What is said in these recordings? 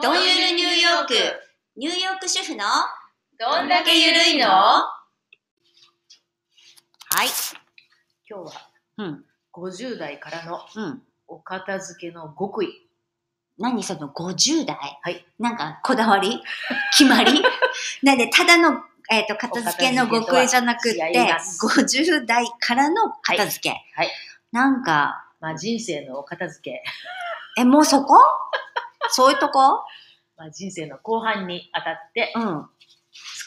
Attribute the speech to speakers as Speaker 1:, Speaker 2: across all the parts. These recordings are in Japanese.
Speaker 1: どんゆるニューヨーク、ニューヨーク主婦の
Speaker 2: どんだけゆるいの
Speaker 1: はい。
Speaker 2: 今日は
Speaker 1: うん。
Speaker 2: 50代からの
Speaker 1: うん。
Speaker 2: お片付けの極意。
Speaker 1: 何その50代
Speaker 2: はい。
Speaker 1: なんかこだわり決ま りなんで、ただの、えっ、と、片付けの極意じゃなくっ
Speaker 2: お片付け
Speaker 1: て
Speaker 2: とは違いま、す
Speaker 1: 50代からの片付け。
Speaker 2: いはい
Speaker 1: なんか、
Speaker 2: まあ人生のお片付け、
Speaker 1: え、もうそこそういうとこ
Speaker 2: まあ人生の後半にあたって
Speaker 1: う、ん。うん。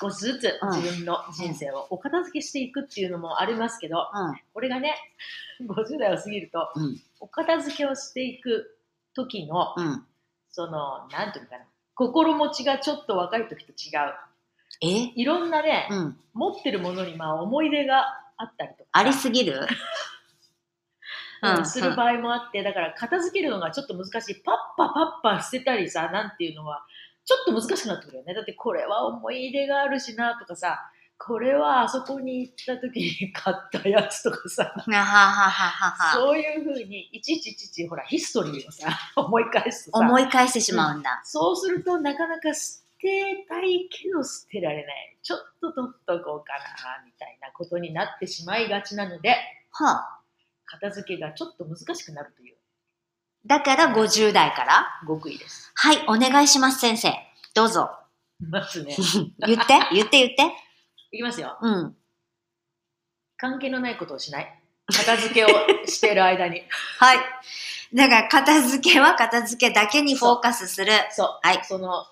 Speaker 2: 少しずつ
Speaker 1: うん
Speaker 2: 自分の人生をお片付けしていくっていうのもありますけど、これがね、50代を過ぎると、
Speaker 1: うん
Speaker 2: お片付けをしていく時の、
Speaker 1: うん。
Speaker 2: その、なんていうのかな、心持ちがちょっと若い時と違う。
Speaker 1: え
Speaker 2: いろんなね、
Speaker 1: うん。
Speaker 2: 持ってるものにまあ思い出があったりとか。
Speaker 1: ありすぎる
Speaker 2: うんする場合もあって、だから片付けるのがちょっと難しい。パッパパッパ捨てたりさ、なんていうのは、ちょっと難しくなってくるよね。だってこれは思い入れがあるしなとかさ、これはあそこに行った時に 買ったやつとかさ、
Speaker 1: うんはははははは。
Speaker 2: そういうふうに、いちいちいちいち、ほら、ヒストリーをさ、思い返すとさ、
Speaker 1: 思い返してしまうんだ。
Speaker 2: そうするとなかなか捨てたいけど捨てられない。ちょっと取っとこうかな、みたいなことになってしまいがちなので、
Speaker 1: はあ
Speaker 2: 片付けがちょっと難しくなるという
Speaker 1: だから50代から
Speaker 2: 極意です。
Speaker 1: はい、お願いします、先生。どうぞ。
Speaker 2: ますね。
Speaker 1: 言 って、言って、言って。
Speaker 2: いきますよ。
Speaker 1: うん。
Speaker 2: 関係のないことをしない。片付けをしている間 に。
Speaker 1: はい。だから、片付けは片付けだけにフォーカスする。
Speaker 2: そう。
Speaker 1: はい
Speaker 2: その、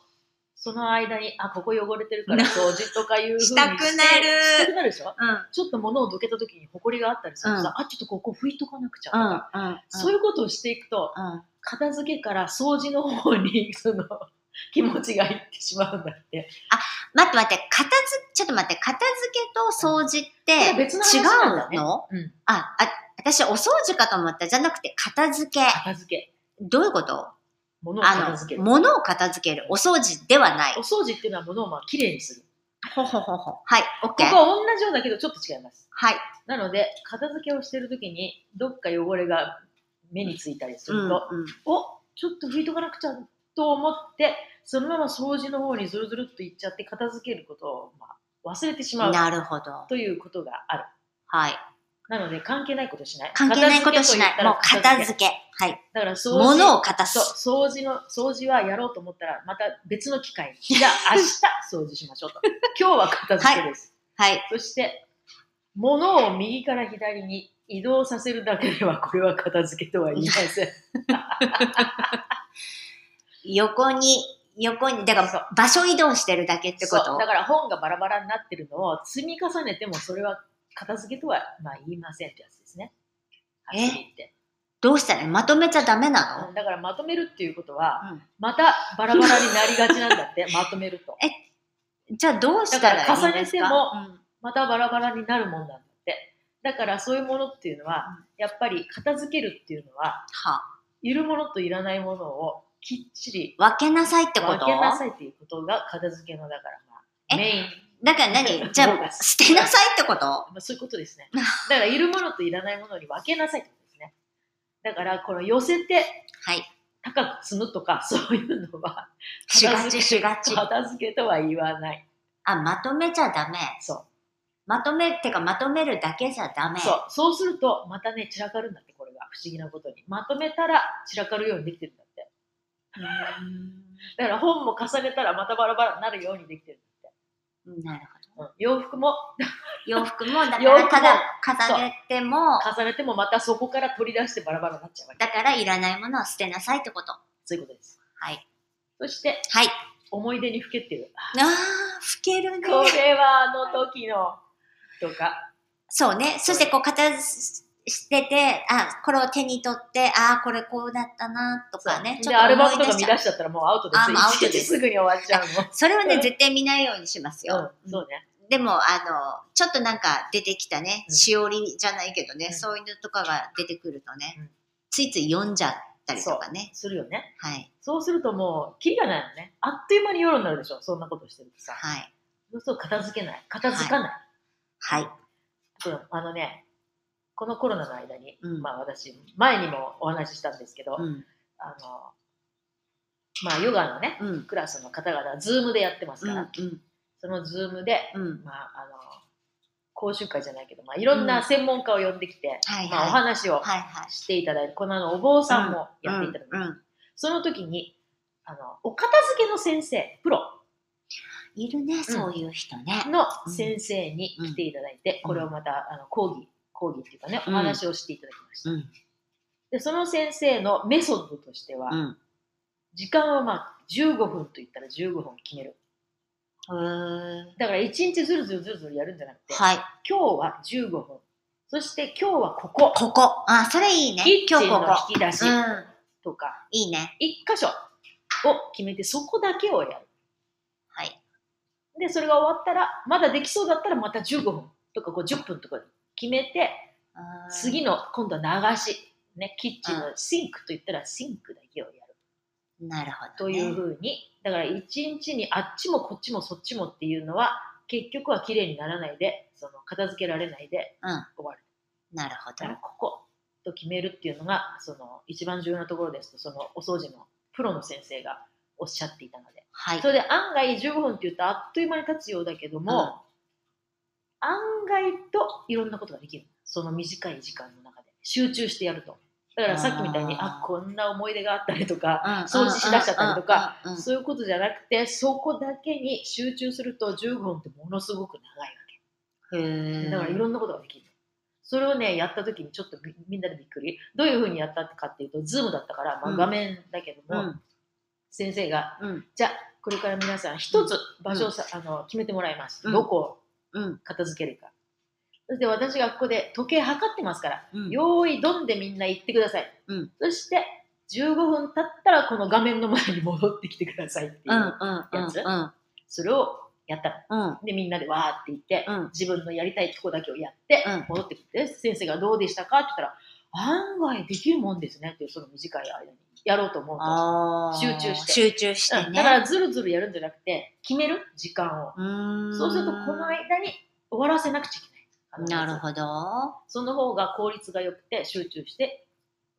Speaker 2: その間に、あ、ここ汚れてるから掃除とかいうふうに
Speaker 1: したくなる
Speaker 2: してしたくなるでしょ
Speaker 1: うん。
Speaker 2: ちょっと物をどけた時に埃があったりするとさ、あ、ちょっとここ拭いとかなくちゃと
Speaker 1: うん。
Speaker 2: か、
Speaker 1: うん。
Speaker 2: そういうことをしていくと、
Speaker 1: うん。
Speaker 2: 片付けから掃除の方に、 その、気持ちがいってしまうんだって。
Speaker 1: 待って待って、片付、ちょっと待って、片付けと掃除って
Speaker 2: うん
Speaker 1: 違
Speaker 2: 別の話なんだね
Speaker 1: うの
Speaker 2: うん
Speaker 1: あ、あ、私、お掃除かと思った。じゃなくて、片付け。
Speaker 2: 片付け。
Speaker 1: どういうこと
Speaker 2: 物を片
Speaker 1: あ
Speaker 2: 付け
Speaker 1: の、
Speaker 2: る。
Speaker 1: 物を片付ける。お掃除ではない
Speaker 2: お。掃除っていうのは物をまあきれいにする。
Speaker 1: ほほほほ。はい、オッケ
Speaker 2: ここ
Speaker 1: ー。
Speaker 2: は同じようだけどちょっと違います。
Speaker 1: はい。
Speaker 2: なので、片付けをしてるときに、どっか汚れが目についたりす
Speaker 1: うん。
Speaker 2: る
Speaker 1: う
Speaker 2: と、
Speaker 1: ん
Speaker 2: おちょっと拭いとかなくちゃと思って、そのまま掃除の方にずるずるっといっちゃって、片付けることを、まあ、忘れてしまう
Speaker 1: なるほど。
Speaker 2: ということがある。
Speaker 1: はい。
Speaker 2: なので、関係ないことしない。
Speaker 1: 関係ないことしない。もう片付
Speaker 2: け。
Speaker 1: け。はい。
Speaker 2: だから掃除、
Speaker 1: 物を片す。
Speaker 2: そう掃除の、掃除はやろうと思ったら、また別の機会に。じゃあ、明日掃除しまし ょうと。今日は片付けです。
Speaker 1: はい。
Speaker 2: そして、物を右から左に移動させるだけでは、これは片付けとは言いま せん。
Speaker 1: 横に、横に、だか
Speaker 2: そう
Speaker 1: ら場所移動してるだけってこ
Speaker 2: そう
Speaker 1: と
Speaker 2: だから本がバラバラになってるのを積み重ねても、それは片付けとはまあ言いませんってやつですね。
Speaker 1: え
Speaker 2: はっきり言って
Speaker 1: どうしたらいいまとめちゃダメなの
Speaker 2: うんだからまとめるっていうことは、
Speaker 1: うん
Speaker 2: またバラバラになりがちなんだって、 まとめると。
Speaker 1: じゃあどうしたらいいんですか
Speaker 2: だから重ねてもまたバラバラになるもんなんだって。だからそういうものっていうのは、やっぱり片付けるっていうのは、
Speaker 1: はい
Speaker 2: るものといらないものをきっちり
Speaker 1: 分けなさいってこと
Speaker 2: 分けなさいっていうことが片付けのだから、まあ、
Speaker 1: え
Speaker 2: メイン、
Speaker 1: だから何じゃ
Speaker 2: そうで
Speaker 1: あ、
Speaker 2: す
Speaker 1: 捨てなさいってこと
Speaker 2: まあ、そういうことです ね。だからいるものといらないものに分けなさいってことですね。だからこの寄せて
Speaker 1: はい。
Speaker 2: 高く積むとか そういうのは
Speaker 1: しがち、しがち。
Speaker 2: 片付けとは言わない。
Speaker 1: あ、まとめちゃダメ。
Speaker 2: そ
Speaker 1: まとめ、てかまとめるだけじゃダ
Speaker 2: う
Speaker 1: メ。
Speaker 2: そうそうするとまたね散らかるんだってこれが不思議なことにまとめたら散らかるようにできてるんだって
Speaker 1: うー
Speaker 2: だから本も重ねたらまたバラバラになるようにできてるんだ
Speaker 1: んなるほど。
Speaker 2: って、うん、洋服も
Speaker 1: 洋服も、だか
Speaker 2: 洋服
Speaker 1: ら
Speaker 2: も
Speaker 1: ただ重ねても、
Speaker 2: 重ねてもまたそこから取り出してバラバラになっちゃうわけ
Speaker 1: だからいらないものは捨てなさいってこと。
Speaker 2: そういうことです
Speaker 1: はい。
Speaker 2: そして
Speaker 1: はい。
Speaker 2: 思い出にふけって いう
Speaker 1: ああ、老けるね。
Speaker 2: これはあの時のとか、
Speaker 1: そうね。そしてこう片付してて、あ、これを手に取って、あ、これこうだったなとかね。
Speaker 2: でアルバムとか
Speaker 1: し
Speaker 2: 見
Speaker 1: ちゃ
Speaker 2: 出
Speaker 1: う
Speaker 2: しちゃったらもうアウトで
Speaker 1: あ
Speaker 2: す。
Speaker 1: もうアウト
Speaker 2: 一
Speaker 1: で
Speaker 2: 日
Speaker 1: す
Speaker 2: すぐに終わっちゃう
Speaker 1: それはね、絶対見ないようにします
Speaker 2: の
Speaker 1: よ。。
Speaker 2: うん、そうね。
Speaker 1: でも、あの、ちょっとなんか出てきたね、
Speaker 2: うん
Speaker 1: しおりじゃないけどね、
Speaker 2: うん
Speaker 1: そういうのとかが出てくるとね、
Speaker 2: うん
Speaker 1: ついつい読んじゃったりとかね。
Speaker 2: するよね。
Speaker 1: はい。
Speaker 2: そうするともう、キリがないのね。あっという間に夜になるでしょ、そんなことしてるとさ。
Speaker 1: はい。
Speaker 2: そうすると片付けない。片付かない。
Speaker 1: はい。
Speaker 2: そうあのね、このコロナの間に、
Speaker 1: うん
Speaker 2: まあ私、前にもお話ししたんですけど、
Speaker 1: うん。
Speaker 2: あの、まあヨガのね、
Speaker 1: うん。
Speaker 2: クラスの方々、ズームでやってます
Speaker 1: う
Speaker 2: から、
Speaker 1: ん。うん。
Speaker 2: そのズームで、
Speaker 1: うん。
Speaker 2: まああの、講習会じゃないけど、まあいろんな専門家を呼んできて、
Speaker 1: はい。
Speaker 2: まあお
Speaker 1: はい。
Speaker 2: 話を
Speaker 1: はい。はい。
Speaker 2: していただいて、このあのお坊さんもやっていただいて、
Speaker 1: うんうん。
Speaker 2: その時に、あの、お片付けの先生、プロ
Speaker 1: いるね、そういう人ね。
Speaker 2: の先生に来ていただいて、
Speaker 1: うん
Speaker 2: これをまたあの講義、講義っていうかね、
Speaker 1: う
Speaker 2: お
Speaker 1: ん
Speaker 2: 話をしていただきました。
Speaker 1: うん。
Speaker 2: で、その先生のメソッドとしては、
Speaker 1: うん。
Speaker 2: 時間はまあ15分と言ったら15分決める。だから1日ずるずるずるずるやるんじゃなくて、
Speaker 1: はい。
Speaker 2: 今日は15分。そして今日はここ。
Speaker 1: ここ。あ、それいいね
Speaker 2: キッ。チ
Speaker 1: 今日
Speaker 2: ン
Speaker 1: こ
Speaker 2: の
Speaker 1: こ。
Speaker 2: 引き出し
Speaker 1: うん。
Speaker 2: とか、
Speaker 1: いいね。
Speaker 2: 一箇所を決めてそこだけをやる。
Speaker 1: はい。
Speaker 2: で、それが終わったら、まだできそうだったらまた15分とかこう10分とか決めて、
Speaker 1: うん
Speaker 2: 次の今度は流し、ね、キッチンのシンクといったらシンクだけをやる
Speaker 1: なるほど。
Speaker 2: というふ。うに、だから一日にあっちもこっちもそっちもっていうのは結局は綺麗にならないでその片付けられないで
Speaker 1: うん。
Speaker 2: 終わる
Speaker 1: なる
Speaker 2: だ
Speaker 1: ほど
Speaker 2: から。ここと決めるっていうのがその一番重要なところですとそのお掃除のプロの先生がおっしゃっていたので
Speaker 1: はい
Speaker 2: そ。れで案外15分って言うとあっという間に経つようだけども、案外といろんなことができるその短い時間の中で集中してやるとだからさっきみたいに
Speaker 1: あー
Speaker 2: あこんな思い出があったりとか、
Speaker 1: うん
Speaker 2: 掃除しだしちゃったりとか。
Speaker 1: うんうんうん
Speaker 2: そういうことじゃなくてそこだけに集中すると15分ってものすごく長いわ
Speaker 1: へ
Speaker 2: け
Speaker 1: ー
Speaker 2: だからいろんなことができるそれをねやった時にちょっとみみんなでびっくりどういうふうにやったかっていうとズームだったから、ま
Speaker 1: う
Speaker 2: あ、
Speaker 1: ん
Speaker 2: 画面だけども、
Speaker 1: うん
Speaker 2: 先生が
Speaker 1: うん。
Speaker 2: じゃあこれから皆さん一つ場所をさ、あの決めてもらいます、
Speaker 1: うん
Speaker 2: どこを
Speaker 1: うん。
Speaker 2: 片付けるかそして私がここで時計測ってますから、
Speaker 1: うん
Speaker 2: 用意どんでみんな行ってください、
Speaker 1: うん
Speaker 2: そして15分経ったらこの画面の前に戻ってきてくださいっていう、
Speaker 1: うん。うん。うん。
Speaker 2: やつ
Speaker 1: うん。
Speaker 2: それをやったの
Speaker 1: うん。
Speaker 2: でみんなでわーって言って、
Speaker 1: うん
Speaker 2: 自分のやりたいとこだけをやって、
Speaker 1: うん
Speaker 2: 戻ってきて先生がどうでしたかって言ったら案外できるもんですねっていうその短い間にやろうと思うと
Speaker 1: あー
Speaker 2: 集中して
Speaker 1: 集中して
Speaker 2: うんだか
Speaker 1: ね。
Speaker 2: らずるずるやるんじゃなくて決める時間を、そ
Speaker 1: そ
Speaker 2: うするとこの間に終わらせなくちゃいけない
Speaker 1: なるほど。
Speaker 2: その方が効率が良くて集中して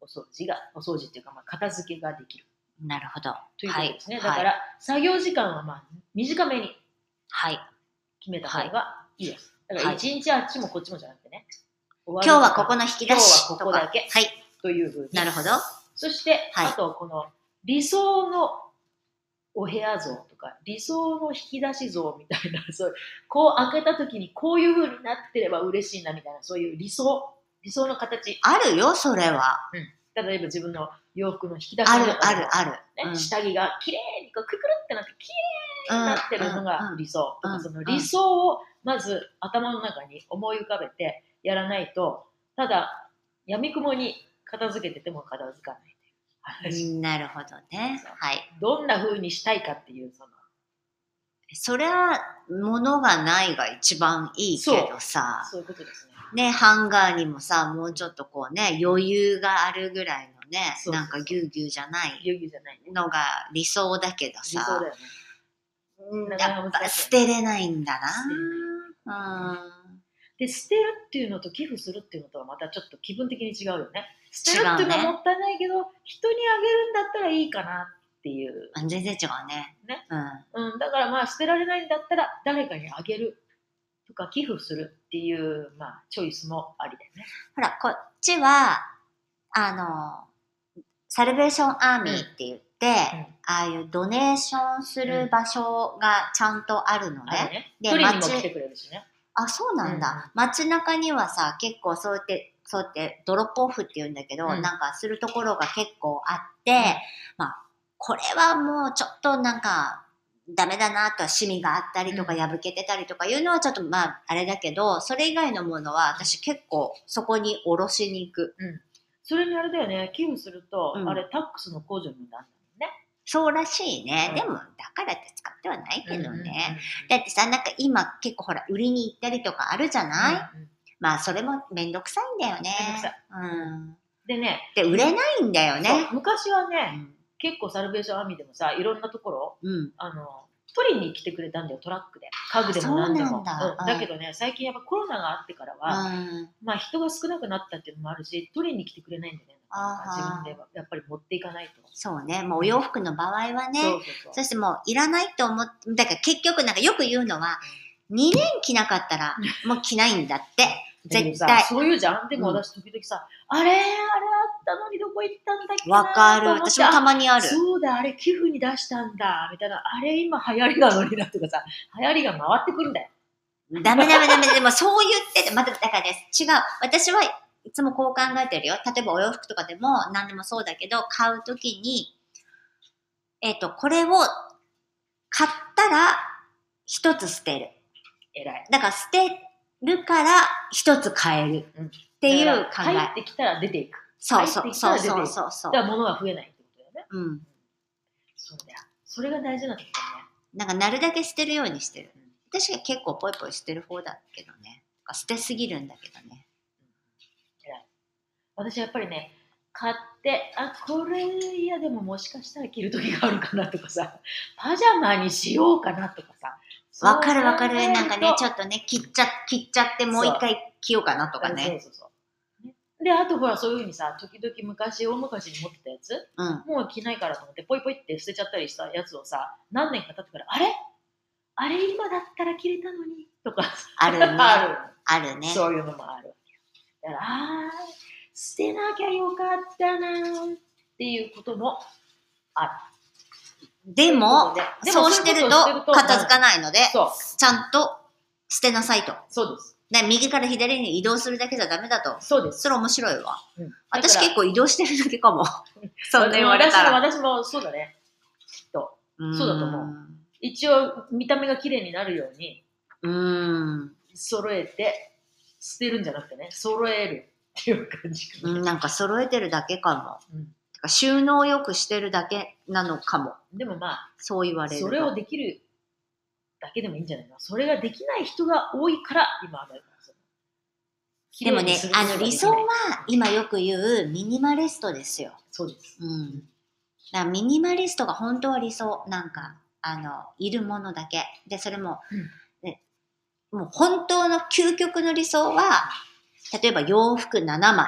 Speaker 2: お掃除がお掃除っていうかまあ片付けができる
Speaker 1: なるほど。
Speaker 2: ということですね、
Speaker 1: はい
Speaker 2: だから、作業時間はまあ短めに
Speaker 1: はい。
Speaker 2: 決めた方がいいです、だか
Speaker 1: は
Speaker 2: ら
Speaker 1: い
Speaker 2: 一日あっちもこっちもじゃなくてね今
Speaker 1: 今日はここの引き出しとか。
Speaker 2: 今日はここだけ
Speaker 1: はい。
Speaker 2: というふうに
Speaker 1: なるほど。
Speaker 2: そして、
Speaker 1: はい
Speaker 2: あとこの理想のお部屋像とか理想の引き出し像みたいな そういうこう開けた時にこういう風になってれば嬉しいなみたいなそういう理想理想の形
Speaker 1: あるよ、それは。
Speaker 2: 例えば自分の洋服の引き出し
Speaker 1: あ
Speaker 2: の
Speaker 1: る
Speaker 2: 中
Speaker 1: あ
Speaker 2: で
Speaker 1: るある。
Speaker 2: ね
Speaker 1: うん
Speaker 2: 下着が綺麗にこうくくるってなんか綺麗になってるの
Speaker 1: うんうん
Speaker 2: が
Speaker 1: うん
Speaker 2: 理想、
Speaker 1: うん
Speaker 2: その理想をまず頭の中に思い浮かべてやらないとただ闇雲に片付けてても片付かないという話
Speaker 1: なるほどね
Speaker 2: そう。
Speaker 1: はい。
Speaker 2: どんな風にしたいかっていうその
Speaker 1: そりゃ、物がないが一番いいけどさ。
Speaker 2: そういうことですね。
Speaker 1: ね、ハンガーにもさ、もうちょっとこうね、余裕があるぐらいのね、
Speaker 2: そうそうそう
Speaker 1: なんかぎゅうぎゅうじゃない
Speaker 2: 遊戯じゃないね。
Speaker 1: のが理想だけど
Speaker 2: 理想
Speaker 1: さ
Speaker 2: だ、よね。
Speaker 1: うん
Speaker 2: なかなか
Speaker 1: やっ
Speaker 2: 難
Speaker 1: ぱ
Speaker 2: し
Speaker 1: 捨
Speaker 2: いよね
Speaker 1: てれないんだ
Speaker 2: 捨てれ
Speaker 1: な。
Speaker 2: で捨てるっていうのと寄付するっていうのとはまたちょっと気分的に違うよね。捨てるっていうの
Speaker 1: 違うね
Speaker 2: はもったいないけど、人にあげるんだったらいいかなっていう。
Speaker 1: うん。全然違うね。
Speaker 2: ね
Speaker 1: うん。
Speaker 2: うん、だからまあ捨てられないんだったら誰かにあげるとか寄付するっていう、まあ、チョイスもありだよね。
Speaker 1: ほら、こっちは、あの、サルベーションアーミーって言って、
Speaker 2: うん
Speaker 1: ああいうドネーションする場所がちゃんとあるのね。
Speaker 2: あるね。
Speaker 1: で
Speaker 2: 取りにも
Speaker 1: 街
Speaker 2: 来てくれるしね。
Speaker 1: あ、そうなんだ。街中にはさ、結構そうやって、そうやって、ドロップオフって言うんだけど、
Speaker 2: うん
Speaker 1: なんかするところが結構あって、
Speaker 2: ん
Speaker 1: まあ、これはもうちょっとなんか、ダメだなとは、シミがあったりとか、
Speaker 2: うん
Speaker 1: 破けてたりとかいうのはちょっとまあ、あれだけど、それ以外のものは私結構そこにおろしに行く。
Speaker 2: それにあれだよね、寄付すると、
Speaker 1: うん
Speaker 2: あれタックスの控除にもなるんだも
Speaker 1: そうらしいね。
Speaker 2: うん
Speaker 1: でも、だからって使ってはないけ
Speaker 2: んね。
Speaker 1: どね。
Speaker 2: うんうん
Speaker 1: だってさ、なんか今結構ほら、売りに行ったりとかあるじゃない、
Speaker 2: うんうん
Speaker 1: まあ、それもめんどくさいんだよね
Speaker 2: めんどくさい。
Speaker 1: うん。
Speaker 2: でね、
Speaker 1: で、売れないんだよね
Speaker 2: そう。昔はね、結構サルベーションアーミーでもさ、いろんなところ、
Speaker 1: うん。うん。
Speaker 2: あの、取りに来てくれたんだよ、トラックで。家具でも何でも。
Speaker 1: そうなんだ
Speaker 2: うんだけどね、最近やっぱコロナがあってからは、
Speaker 1: うん
Speaker 2: まあ人が少なくなったっていうのもあるし、取りに来てくれないんだよね。
Speaker 1: あー
Speaker 2: 自分ではやっぱり持っていかないと。
Speaker 1: そうね。もうお洋服の場合はね、
Speaker 2: そうそうそ。
Speaker 1: そうしてもういらないと思って、だから結局なんかよく言うのは、2年着なかっ たらもう着ないんだって。
Speaker 2: でも
Speaker 1: 絶
Speaker 2: さ
Speaker 1: 対。
Speaker 2: そういうじゃん。でも
Speaker 1: うん
Speaker 2: 私時々さ、あれあれあったのにどこ行ったんだっけな
Speaker 1: わかる。
Speaker 2: と思って
Speaker 1: 私もたまにあ
Speaker 2: あ
Speaker 1: る。
Speaker 2: そうだ、あれ寄付に出したんだ、みたいな。あれ今流行りなのになとかさ、流行りが回ってくるんだよ。
Speaker 1: ダメダメダメ。でもそう言ってて、また、だからです。違う。私はいつもこう考えてるよ。例えばお洋服とかでも何でもそうだけど、買うときに、えっ、と、これを買ったら一つ捨てる。
Speaker 2: 偉い。
Speaker 1: だから捨てるから一つ買える。
Speaker 2: うん
Speaker 1: っていう
Speaker 2: だ
Speaker 1: 考
Speaker 2: から入って
Speaker 1: え。
Speaker 2: きたら出ていく。
Speaker 1: そう
Speaker 2: 入っ
Speaker 1: そ
Speaker 2: て
Speaker 1: う
Speaker 2: きた
Speaker 1: そ
Speaker 2: ら
Speaker 1: う
Speaker 2: 出て
Speaker 1: そ
Speaker 2: く
Speaker 1: うそうそう
Speaker 2: だか。ら物が増えないってことだよね。
Speaker 1: うん。
Speaker 2: そうだよ。それが大事なんだよね。
Speaker 1: なんかなるだけ捨てるようにしてる
Speaker 2: うん。
Speaker 1: 私が結構ポイポイ捨てる方だけどね。捨てすぎるんだけどね。
Speaker 2: 私はやっぱりね買ってあこれいやでももしかしたら着る時があるかなとかさパジャマにしようかなとかさ
Speaker 1: わかるわかる。なんかね、ち
Speaker 2: ょっ
Speaker 1: ょっとね、切っちゃ、切っちゃってもう一回着ようかなとかね。
Speaker 2: そうそうそうねであとほらそういうふうにさ時々昔大昔に持ってたやつ
Speaker 1: うん。
Speaker 2: もう着ないからと思ってポイポイって捨てちゃったりしたやつをさ何年か経ってからあれあれ今だったら着れたのにとか
Speaker 1: あるね。
Speaker 2: ある
Speaker 1: あるね。
Speaker 2: そういうのもある。だから、あー捨てなきゃよかったなーっていうことも。
Speaker 1: でも、
Speaker 2: で
Speaker 1: そうしてると片付か
Speaker 2: ない。
Speaker 1: ないので、
Speaker 2: そう、
Speaker 1: ちゃんと捨てなさいと。
Speaker 2: そうです。
Speaker 1: ね、右から左に移動するだけじゃダメだと。
Speaker 2: そうです。
Speaker 1: それ面白いわ。
Speaker 2: うん
Speaker 1: 私
Speaker 2: だから
Speaker 1: 結構移動してるだけかも。そんな言われたら。
Speaker 2: 私も、私もそうだね。きっと。私そうだと思う一応、見た目が綺麗になるように、
Speaker 1: うーん。う
Speaker 2: 揃えて、捨てるんじゃなくてね、揃えるっていう感じか
Speaker 1: ーん。
Speaker 2: な。
Speaker 1: なんか揃えてるだけかも。
Speaker 2: うん
Speaker 1: てか収納をよくしてるだけなのかも。
Speaker 2: でもまあ、
Speaker 1: そう言われると。
Speaker 2: それをできるだけでもいいんじゃないのそれができない人が多いから、今ある
Speaker 1: でもね、あの理想は今よく言うミニマリストですよ。
Speaker 2: そうです。
Speaker 1: うん。だからミニマリストが本当は理想。なんか、あの、いるものだけ。で、それも、
Speaker 2: うん
Speaker 1: ねもう本当の究極の理想は、例えば洋服7枚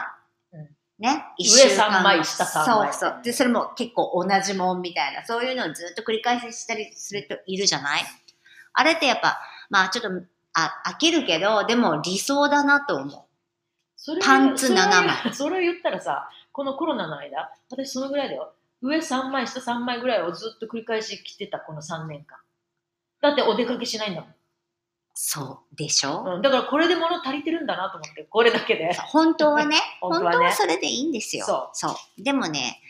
Speaker 2: うん。
Speaker 1: ね、
Speaker 2: 3枚下3枚
Speaker 1: そうそう。で、それも結構同じもんみたいな、そういうのをずっと繰り返ししたりする人いるじゃないあれってやっぱ、まあちょっと、あ、飽きるけど、でも理想だなと思う。
Speaker 2: それを
Speaker 1: パンツ7枚
Speaker 2: それをそれを言ったらさ、このコロナの間、私そのぐらいだよ。上3枚、下3枚ぐらいをずっと繰り返し着てた、この3年間。だってお出かけしないんだ
Speaker 1: そうでしょ、
Speaker 2: もん。うん、だからこれで物足りてるんだなと思って、これだけで。
Speaker 1: 本当はね
Speaker 2: 本当
Speaker 1: 本当
Speaker 2: はね
Speaker 1: はそれでいいんですよ
Speaker 2: そう
Speaker 1: でもね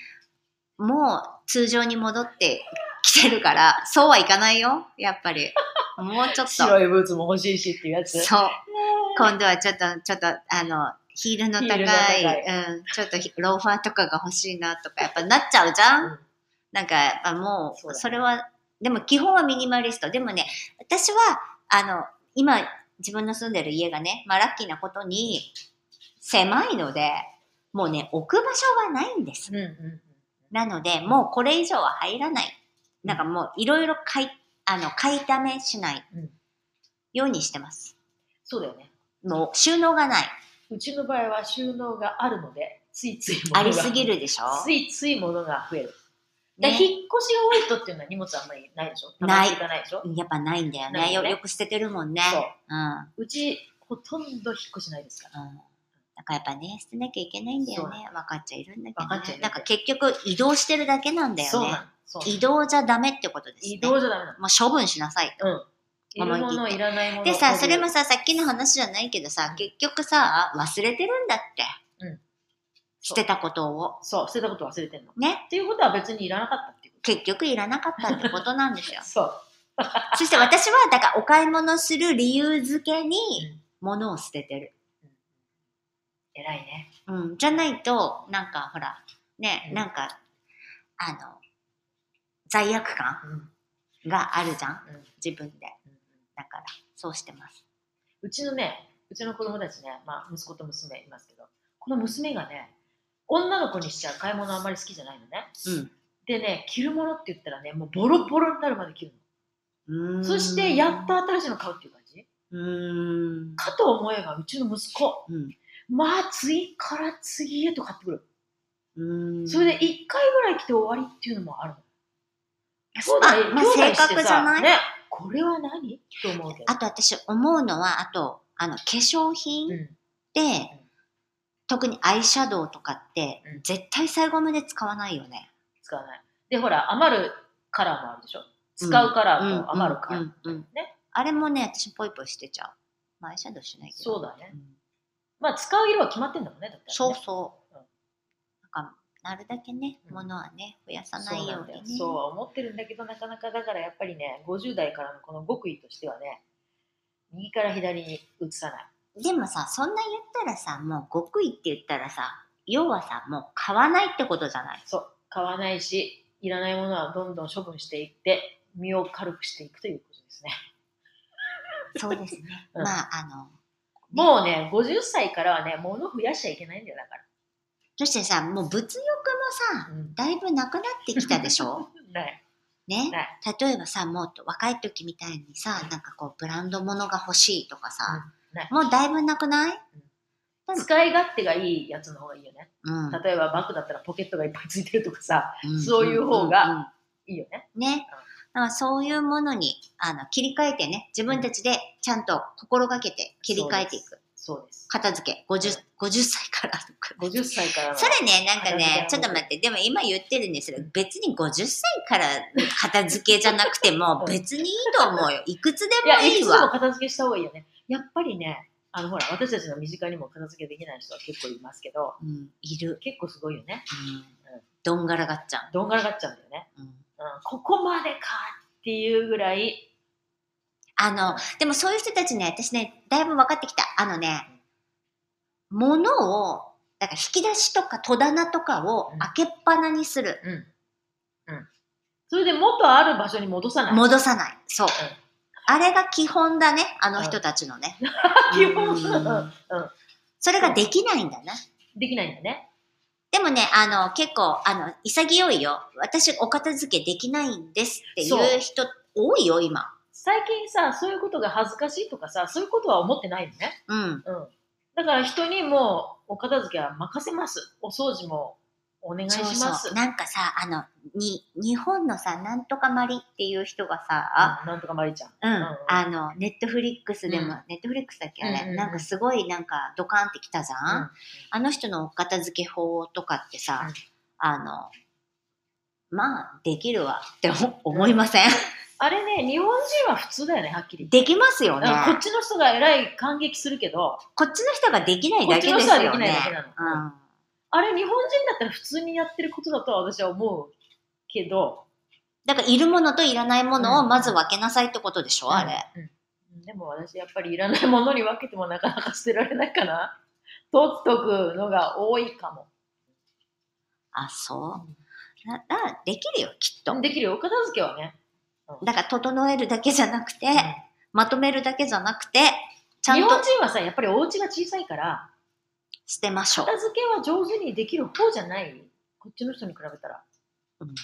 Speaker 1: もう通常に戻ってきてるからそうはいかないよやっぱりもうちょっと
Speaker 2: 白いブーツも欲しいしっていうやつ。
Speaker 1: そう今度はちょっとちょっとあのヒールの高い
Speaker 2: ヒールの高
Speaker 1: うん、ちょっとひローファーとかが欲しいなとかやっぱなっちゃうじゃん、
Speaker 2: うん
Speaker 1: なんかやっぱも
Speaker 2: そうだ
Speaker 1: う
Speaker 2: ね
Speaker 1: それはでも基本はミニマリストでもね私はあの今自分の住んでる家がね、まあ、ラッキーなことに狭いのでもうね置く場所がないんです
Speaker 2: うんうん
Speaker 1: なのでもうこれ以上は入らないなんかもういろいろ買いあの買いためしない
Speaker 2: うん
Speaker 1: ようにしてます
Speaker 2: そうだよね。
Speaker 1: もう収納がないう
Speaker 2: ちの場合は収納があるので、ついつい物が
Speaker 1: ありすぎるでしょ
Speaker 2: ついつい物が増える。だ
Speaker 1: ね
Speaker 2: から引っ越しが多い人っていうのは荷物あんまりないでしょ
Speaker 1: ない
Speaker 2: 溜まってかないでしょ
Speaker 1: やっぱないんだよね
Speaker 2: ないよ
Speaker 1: よ
Speaker 2: ね
Speaker 1: よく捨ててるもんね
Speaker 2: そう
Speaker 1: うん
Speaker 2: うちほとんど引っ越しないですから。
Speaker 1: うんだからやっぱね、捨てなきゃいけないんだよね。分かっちゃいるんだけ
Speaker 2: 分
Speaker 1: ど、ね。
Speaker 2: かっちゃいるんだ
Speaker 1: な
Speaker 2: よ
Speaker 1: んか結局移動してるだけなんだ
Speaker 2: そ
Speaker 1: よ
Speaker 2: うな
Speaker 1: ね
Speaker 2: の。そうなの
Speaker 1: 移動じゃダメってことですね。
Speaker 2: 移動じゃダメな
Speaker 1: もう処分しなさいと。
Speaker 2: の。うん。い
Speaker 1: 思
Speaker 2: る
Speaker 1: い切
Speaker 2: も
Speaker 1: って
Speaker 2: の、いらないもの。
Speaker 1: でさ、それも
Speaker 2: さ、
Speaker 1: さ、さっきの話じゃないけどさ、結局さ、忘れてるんだって。
Speaker 2: うん
Speaker 1: 捨てたことを。
Speaker 2: そう、捨てたこと忘れてんの。っ
Speaker 1: ね。
Speaker 2: ていうことは別にいらなかったっていうこ
Speaker 1: 結局いらなかったってことなんですよ
Speaker 2: と。。そう。
Speaker 1: そして私は、だからお買い物する理由付けに
Speaker 2: うん、
Speaker 1: 物を捨ててる。
Speaker 2: 偉いね。
Speaker 1: うん、じゃないと、なんかほら、ね、
Speaker 2: うん
Speaker 1: なんか、あの、罪悪感
Speaker 2: うん。うん
Speaker 1: があるじゃん、
Speaker 2: うん
Speaker 1: 自分で。だから、そうしてます。
Speaker 2: うちのね、うちの子供たちね、まあ、息子と娘いますけど、この娘がね、女の子にしちゃ買い物あんまり好きじゃないのね。
Speaker 1: うん
Speaker 2: でね、着るものって言ったらね、もうボロボロになるまで着る
Speaker 1: うーん
Speaker 2: の。そして、やっと新しいの買うっていう感じ。
Speaker 1: うーん
Speaker 2: かと思えば、うちの息子、
Speaker 1: うん
Speaker 2: まあ、次から次へと買ってくる。
Speaker 1: うーん
Speaker 2: それで1回ぐらい着て終わりっていうのもあるの。兄弟
Speaker 1: まあ
Speaker 2: 兄弟
Speaker 1: 性
Speaker 2: して
Speaker 1: 格じゃな
Speaker 2: さ、
Speaker 1: い
Speaker 2: ね、これは何と思うけど
Speaker 1: あ。と私思うのは、あと、あの、化粧品
Speaker 2: う
Speaker 1: っ
Speaker 2: ん
Speaker 1: て、特にアイシャドウとかって、
Speaker 2: うん
Speaker 1: 絶対最後まで使わないよね。
Speaker 2: 使わない。で、ほら、余るカラーもあるでしょ。使うカラーと余るカラー。
Speaker 1: うんうんうんうん
Speaker 2: ね。
Speaker 1: あれもね、私ポイポイしてちゃう。まあ、アイシャドウしないけど。
Speaker 2: そうだね
Speaker 1: ん。
Speaker 2: まあ、使う色は決まってんだもんね、だったらね
Speaker 1: そうそう。
Speaker 2: うん
Speaker 1: なんか、なるだけね、
Speaker 2: うん
Speaker 1: ものはね、増やさ
Speaker 2: そ
Speaker 1: ないよ
Speaker 2: ん
Speaker 1: う
Speaker 2: だよ
Speaker 1: にね。
Speaker 2: そうは思ってるんだけど、なかなかだからやっぱりね、50代からのこの極意としてはね、右から左に移さない。
Speaker 1: でもさ、そんな言ったらさ、もう極意って言ったらさ、要はさ、もう買わないってことじゃない。
Speaker 2: そう、買わないし、いらないものはどんどん処分していって、身を軽くしていくということですね。
Speaker 1: そうですね。
Speaker 2: うん
Speaker 1: まあ、あの、
Speaker 2: もうね、50歳からはね、物増やしちゃいけないんだよ、だか
Speaker 1: そしてさ、もう物欲もさ、
Speaker 2: ら。うん
Speaker 1: だいぶなくなってきたでし ょ
Speaker 2: ない。
Speaker 1: ね
Speaker 2: は。
Speaker 1: 例えばさ、もっと若い時みたいにさ、なんかこう、ブランド物が欲しいとかさ、
Speaker 2: うんない
Speaker 1: もうだいぶなくない
Speaker 2: 使い勝手がいいやつの方がいいよね。
Speaker 1: うん。
Speaker 2: 例えばバッグだったらポケットがいっぱいついてるとかさ、
Speaker 1: ん
Speaker 2: そういう方が、いいよね。
Speaker 1: うんうんね。だからそういうものにあの切り替えてね、自分たちでちゃんと心がけて切り替えていく。
Speaker 2: そうです。
Speaker 1: 片付け、50、50歳からとか。
Speaker 2: 50歳からの
Speaker 1: それね、なんかね、ち
Speaker 2: 片付け
Speaker 1: ょっと待って、でも今言ってるんですけど、別に50歳から片付けじゃなくて も、別にいいと思うよ。いくつで
Speaker 2: い
Speaker 1: も
Speaker 2: や、い
Speaker 1: いい
Speaker 2: つでも
Speaker 1: わ。
Speaker 2: 片付けした方がいいよね。やっぱりね、あのほら、私たちの身近にも片付けできない人は結構いますけど、
Speaker 1: うん、いる。
Speaker 2: 結構すごいよね。
Speaker 1: うん。どんがらがっちゃう。
Speaker 2: どんがらがっちゃうんだよね。
Speaker 1: うん
Speaker 2: うん、ここまでかっていうぐらい、
Speaker 1: あの、でもそういう人たちね、私ね、だいぶ分かってきた。あのね、物を、だから引き出しとか戸棚とかを
Speaker 2: うん
Speaker 1: 開けっぱなにする。
Speaker 2: うん。うん。それで元ある場所に戻さない。
Speaker 1: 戻さない。そう。
Speaker 2: ん
Speaker 1: あれが基本だね、あの人たちのね。
Speaker 2: 基本
Speaker 1: うん
Speaker 2: うん
Speaker 1: それができないんだな。
Speaker 2: できないんだよね。
Speaker 1: でもね、あの、結構、あの、潔いよ。私、お片付けできないんですってい
Speaker 2: そう
Speaker 1: 人、多いよ、今。
Speaker 2: 最近さ、そういうことが恥ずかしいとかさ、そういうことは思ってないのね。
Speaker 1: うん。
Speaker 2: うん。だから人にもうお片付けは任せます。お掃除もお願いし
Speaker 1: そう
Speaker 2: ま
Speaker 1: そ
Speaker 2: す。
Speaker 1: う。なんかさ、あの、に、日本のさ、なんとかまりっていう人がさ、
Speaker 2: うんなんとかまりちゃん。
Speaker 1: うん
Speaker 2: うん
Speaker 1: あの、ネットフリックスでも、
Speaker 2: うん
Speaker 1: ネットフリックスだっけあれ、
Speaker 2: うんうんうん
Speaker 1: なんかすごいなんかドカーンってきたじゃん、
Speaker 2: うん
Speaker 1: あの人のお片付け法とかってさ、
Speaker 2: うん
Speaker 1: あの、まあ、できるわって思思いません、
Speaker 2: あれね、日本人は普通だよね、はっきり言って。
Speaker 1: できますよね
Speaker 2: うんこっちの人がえらい感激するけど、
Speaker 1: こっちの人ができないだけです
Speaker 2: こっちの人はで
Speaker 1: よ
Speaker 2: きない
Speaker 1: ね
Speaker 2: だけなの。
Speaker 1: うん
Speaker 2: あれ日本人だったら普通にやってることだとは私は思うけど、
Speaker 1: だから、いるものといらないものを
Speaker 2: うん
Speaker 1: まず分けなさいってことでしょ、あれ。
Speaker 2: うんでも私やっぱりいらないものに分けてもなかなか捨てられないかな。取っとくのが多いかも。
Speaker 1: あ、そう。だだできるよ、きっと。
Speaker 2: できるよお片付けはね。
Speaker 1: だから、整えるだけじゃなくて、
Speaker 2: うん
Speaker 1: まとめるだけじゃなくて、ちゃ
Speaker 2: 日
Speaker 1: ん
Speaker 2: 本
Speaker 1: と
Speaker 2: 人はさ、やっぱりお家が小さいから、
Speaker 1: 捨てましょう。
Speaker 2: 片付けは上手にできる方じゃないこっちの人に比べたら。
Speaker 1: うん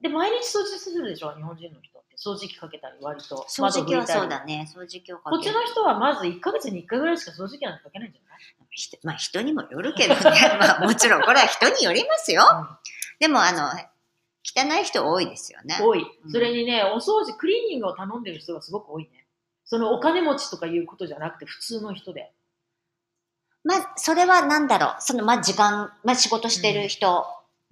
Speaker 2: で、毎日掃除するでしょ、日本人の人って。掃除機かけたり、割と。
Speaker 1: 掃除機はそう
Speaker 2: 窓拭いたり。
Speaker 1: だね。掃除機をか
Speaker 2: こっ
Speaker 1: け
Speaker 2: ち
Speaker 1: る。
Speaker 2: の人はまず1ヶ月に1回ぐらいしか掃除機なんてかけないんじゃ
Speaker 1: 人まあ人にもよるけどね。 まあもちろんこれは人によりますよ。
Speaker 2: ない、
Speaker 1: でもあの、汚い人多いですよね。
Speaker 2: 多い
Speaker 1: うん。
Speaker 2: それにね、お掃除、クリーニングを頼んでる人がすごく多いね。そのお金持ちとかいうことじゃなくて、普通の人で。
Speaker 1: まあそれはなんだろう。そのまあ時間、まあ仕事してる人、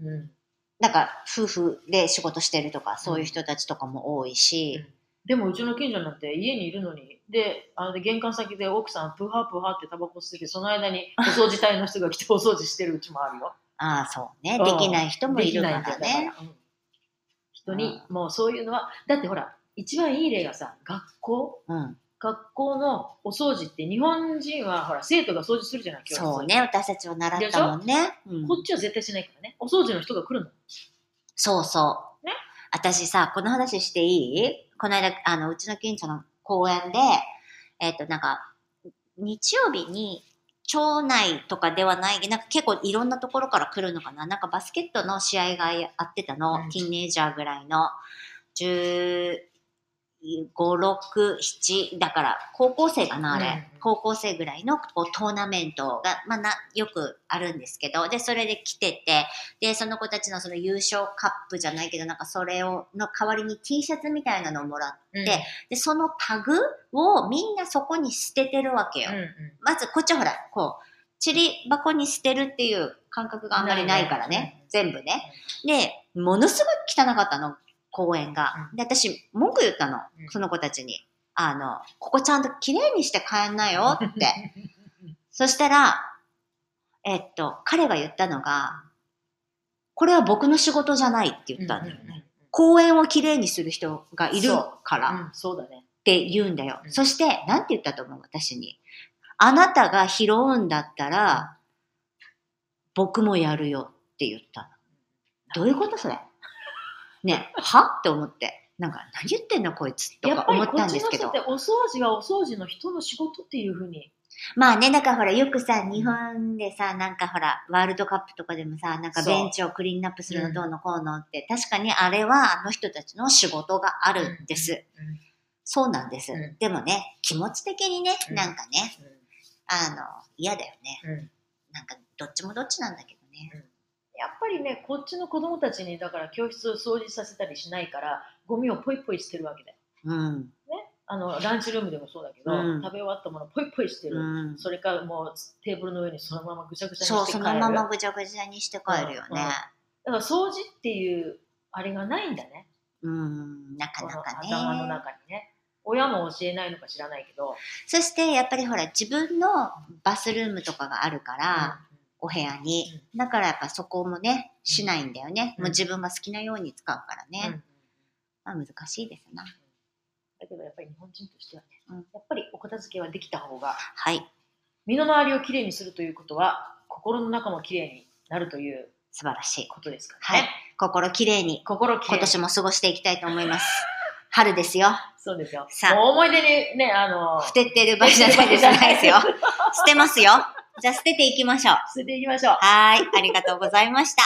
Speaker 2: うん。
Speaker 1: なんか夫婦で仕事してるとか、そういう人たちとかも多いし、
Speaker 2: でもうちの近所なんて家にいるのに、で、あので玄関先で奥さん、プハープハーってタバコ吸ってて、その間にお掃除隊の人が来てお 掃除してるうちもあるよ。
Speaker 1: ああ、そうね。
Speaker 2: うん
Speaker 1: できない人も
Speaker 2: で
Speaker 1: い
Speaker 2: き
Speaker 1: る
Speaker 2: な
Speaker 1: か
Speaker 2: んだ
Speaker 1: ら
Speaker 2: よ
Speaker 1: ね。。
Speaker 2: うん人に、もうそういうのは、だってほら、一番いい例がさ、学校
Speaker 1: うん。
Speaker 2: 学校のお掃除って日本人はほら生徒が掃除するじゃない教室
Speaker 1: そうね。私たちは習ったもんね。うん
Speaker 2: こっちは絶対しないからねお掃除の人が来るの
Speaker 1: そうそう。
Speaker 2: ね
Speaker 1: 私さ、この話していいこの間、あの、うちの近所の公園で、えっ、と、なんか、日曜日に町内とかではない、なんか結構いろんなところから来るのかな。なんかバスケットの試合がやってたの、
Speaker 2: うん
Speaker 1: ティーンエイジャーぐらいの、15、6、7、だから高校生かな、あれ。
Speaker 2: うん
Speaker 1: 高校生ぐらいのこうトーナメントが、まあな、よくあるんですけど、で、それで来てて、で、その子たちのその優勝カップじゃないけど、なんかそれを、の代わりに T シャツみたいなのをもらって、
Speaker 2: うん
Speaker 1: でで、そのタグをみんなそこに捨ててるわけよ。
Speaker 2: うんうん
Speaker 1: まずこっちはほら、こう、ちり箱に捨てるっていう感覚があんまりないか
Speaker 2: な
Speaker 1: ら
Speaker 2: いね
Speaker 1: ね。全部ね。で、ものすごい汚かったの、公園が。
Speaker 2: う
Speaker 1: で、私、文句言ったの
Speaker 2: うん、
Speaker 1: その子たちに。あの、ここちゃんと綺麗にして帰んなよ って。そしたら、えっと、彼が言ったのが、これは僕の仕事じゃないって言ったんだよね。公園をきれいにする人がいるから。
Speaker 2: うんそうだね
Speaker 1: って言うんだよ。
Speaker 2: うん
Speaker 1: そして、なんて言ったと思う私に。あなたが拾うんだったら、僕もやるよって言ったの。どういうことそ れね、はって思って。なんか、何言ってんのこいつと
Speaker 2: やっ
Speaker 1: か
Speaker 2: ぱ
Speaker 1: 思
Speaker 2: り
Speaker 1: っ
Speaker 2: こ
Speaker 1: た
Speaker 2: っ
Speaker 1: ん
Speaker 2: ち
Speaker 1: で
Speaker 2: の
Speaker 1: すけ
Speaker 2: 人っ
Speaker 1: ど
Speaker 2: て。お掃除がお掃除の人の仕事っていうふうに
Speaker 1: まあね、なんかほら、よくさ、日本でさ、なんかほら、ワールドカップとかでもさ、なんか
Speaker 2: そう
Speaker 1: ベンチをクリーンアップするのどうのこうのって、確かにあれはあの人たちの仕事があ
Speaker 2: あ
Speaker 1: るんです。そうなんです
Speaker 2: うん。
Speaker 1: でもね、気持ち的にね、
Speaker 2: うん
Speaker 1: なんかね、あの、嫌だよね。
Speaker 2: うんうん
Speaker 1: なんか、どっちもどっちなんだけどね。
Speaker 2: やっぱりねこっちの子供たちにだから教室を掃除させたりしないからゴミをポイポイしてるわけだよ
Speaker 1: うん。
Speaker 2: あのランチルームでもそうだけど、
Speaker 1: うん
Speaker 2: 食べ終わったものポイポイしてる、
Speaker 1: うん、
Speaker 2: それかもうテーブルの上にそのままぐちゃぐちゃに
Speaker 1: そう、
Speaker 2: して帰
Speaker 1: そ
Speaker 2: る
Speaker 1: のままぐちゃぐちゃにして帰るよ
Speaker 2: だ
Speaker 1: ね。
Speaker 2: から掃除っていうあれがないんだね
Speaker 1: うん、なか
Speaker 2: この
Speaker 1: なか
Speaker 2: 頭の
Speaker 1: ね。
Speaker 2: 中にね親も教えないのか知らないけど、
Speaker 1: そして、やっぱりほら、自分のバスルームとかがあるから、お部屋に。だからやっぱそこもね、しないんだよね。
Speaker 2: うん
Speaker 1: もう自分が好きなように使うから
Speaker 2: うん
Speaker 1: ね。
Speaker 2: うんうん
Speaker 1: まあ難しいですな。
Speaker 2: だけどやっぱり日本人としてはね、
Speaker 1: うん
Speaker 2: やっぱりお片付けはできた方が
Speaker 1: はい。
Speaker 2: 身の回りをきれいにするということは心の中もきれいになるという
Speaker 1: 素晴らしい。
Speaker 2: ことですから
Speaker 1: は
Speaker 2: ね、
Speaker 1: い。心きれいに、
Speaker 2: 心きれい
Speaker 1: 今
Speaker 2: に
Speaker 1: 年も過ごしていきたいと思います。春ですよ。
Speaker 2: そうですよ
Speaker 1: さあ
Speaker 2: もう思い出にねあの
Speaker 1: 捨ててる場合じゃないですない ですよ。捨てますよ。じゃあ捨てていきましょう。
Speaker 2: 捨てていきましょう
Speaker 1: はーい。ありがとうございました。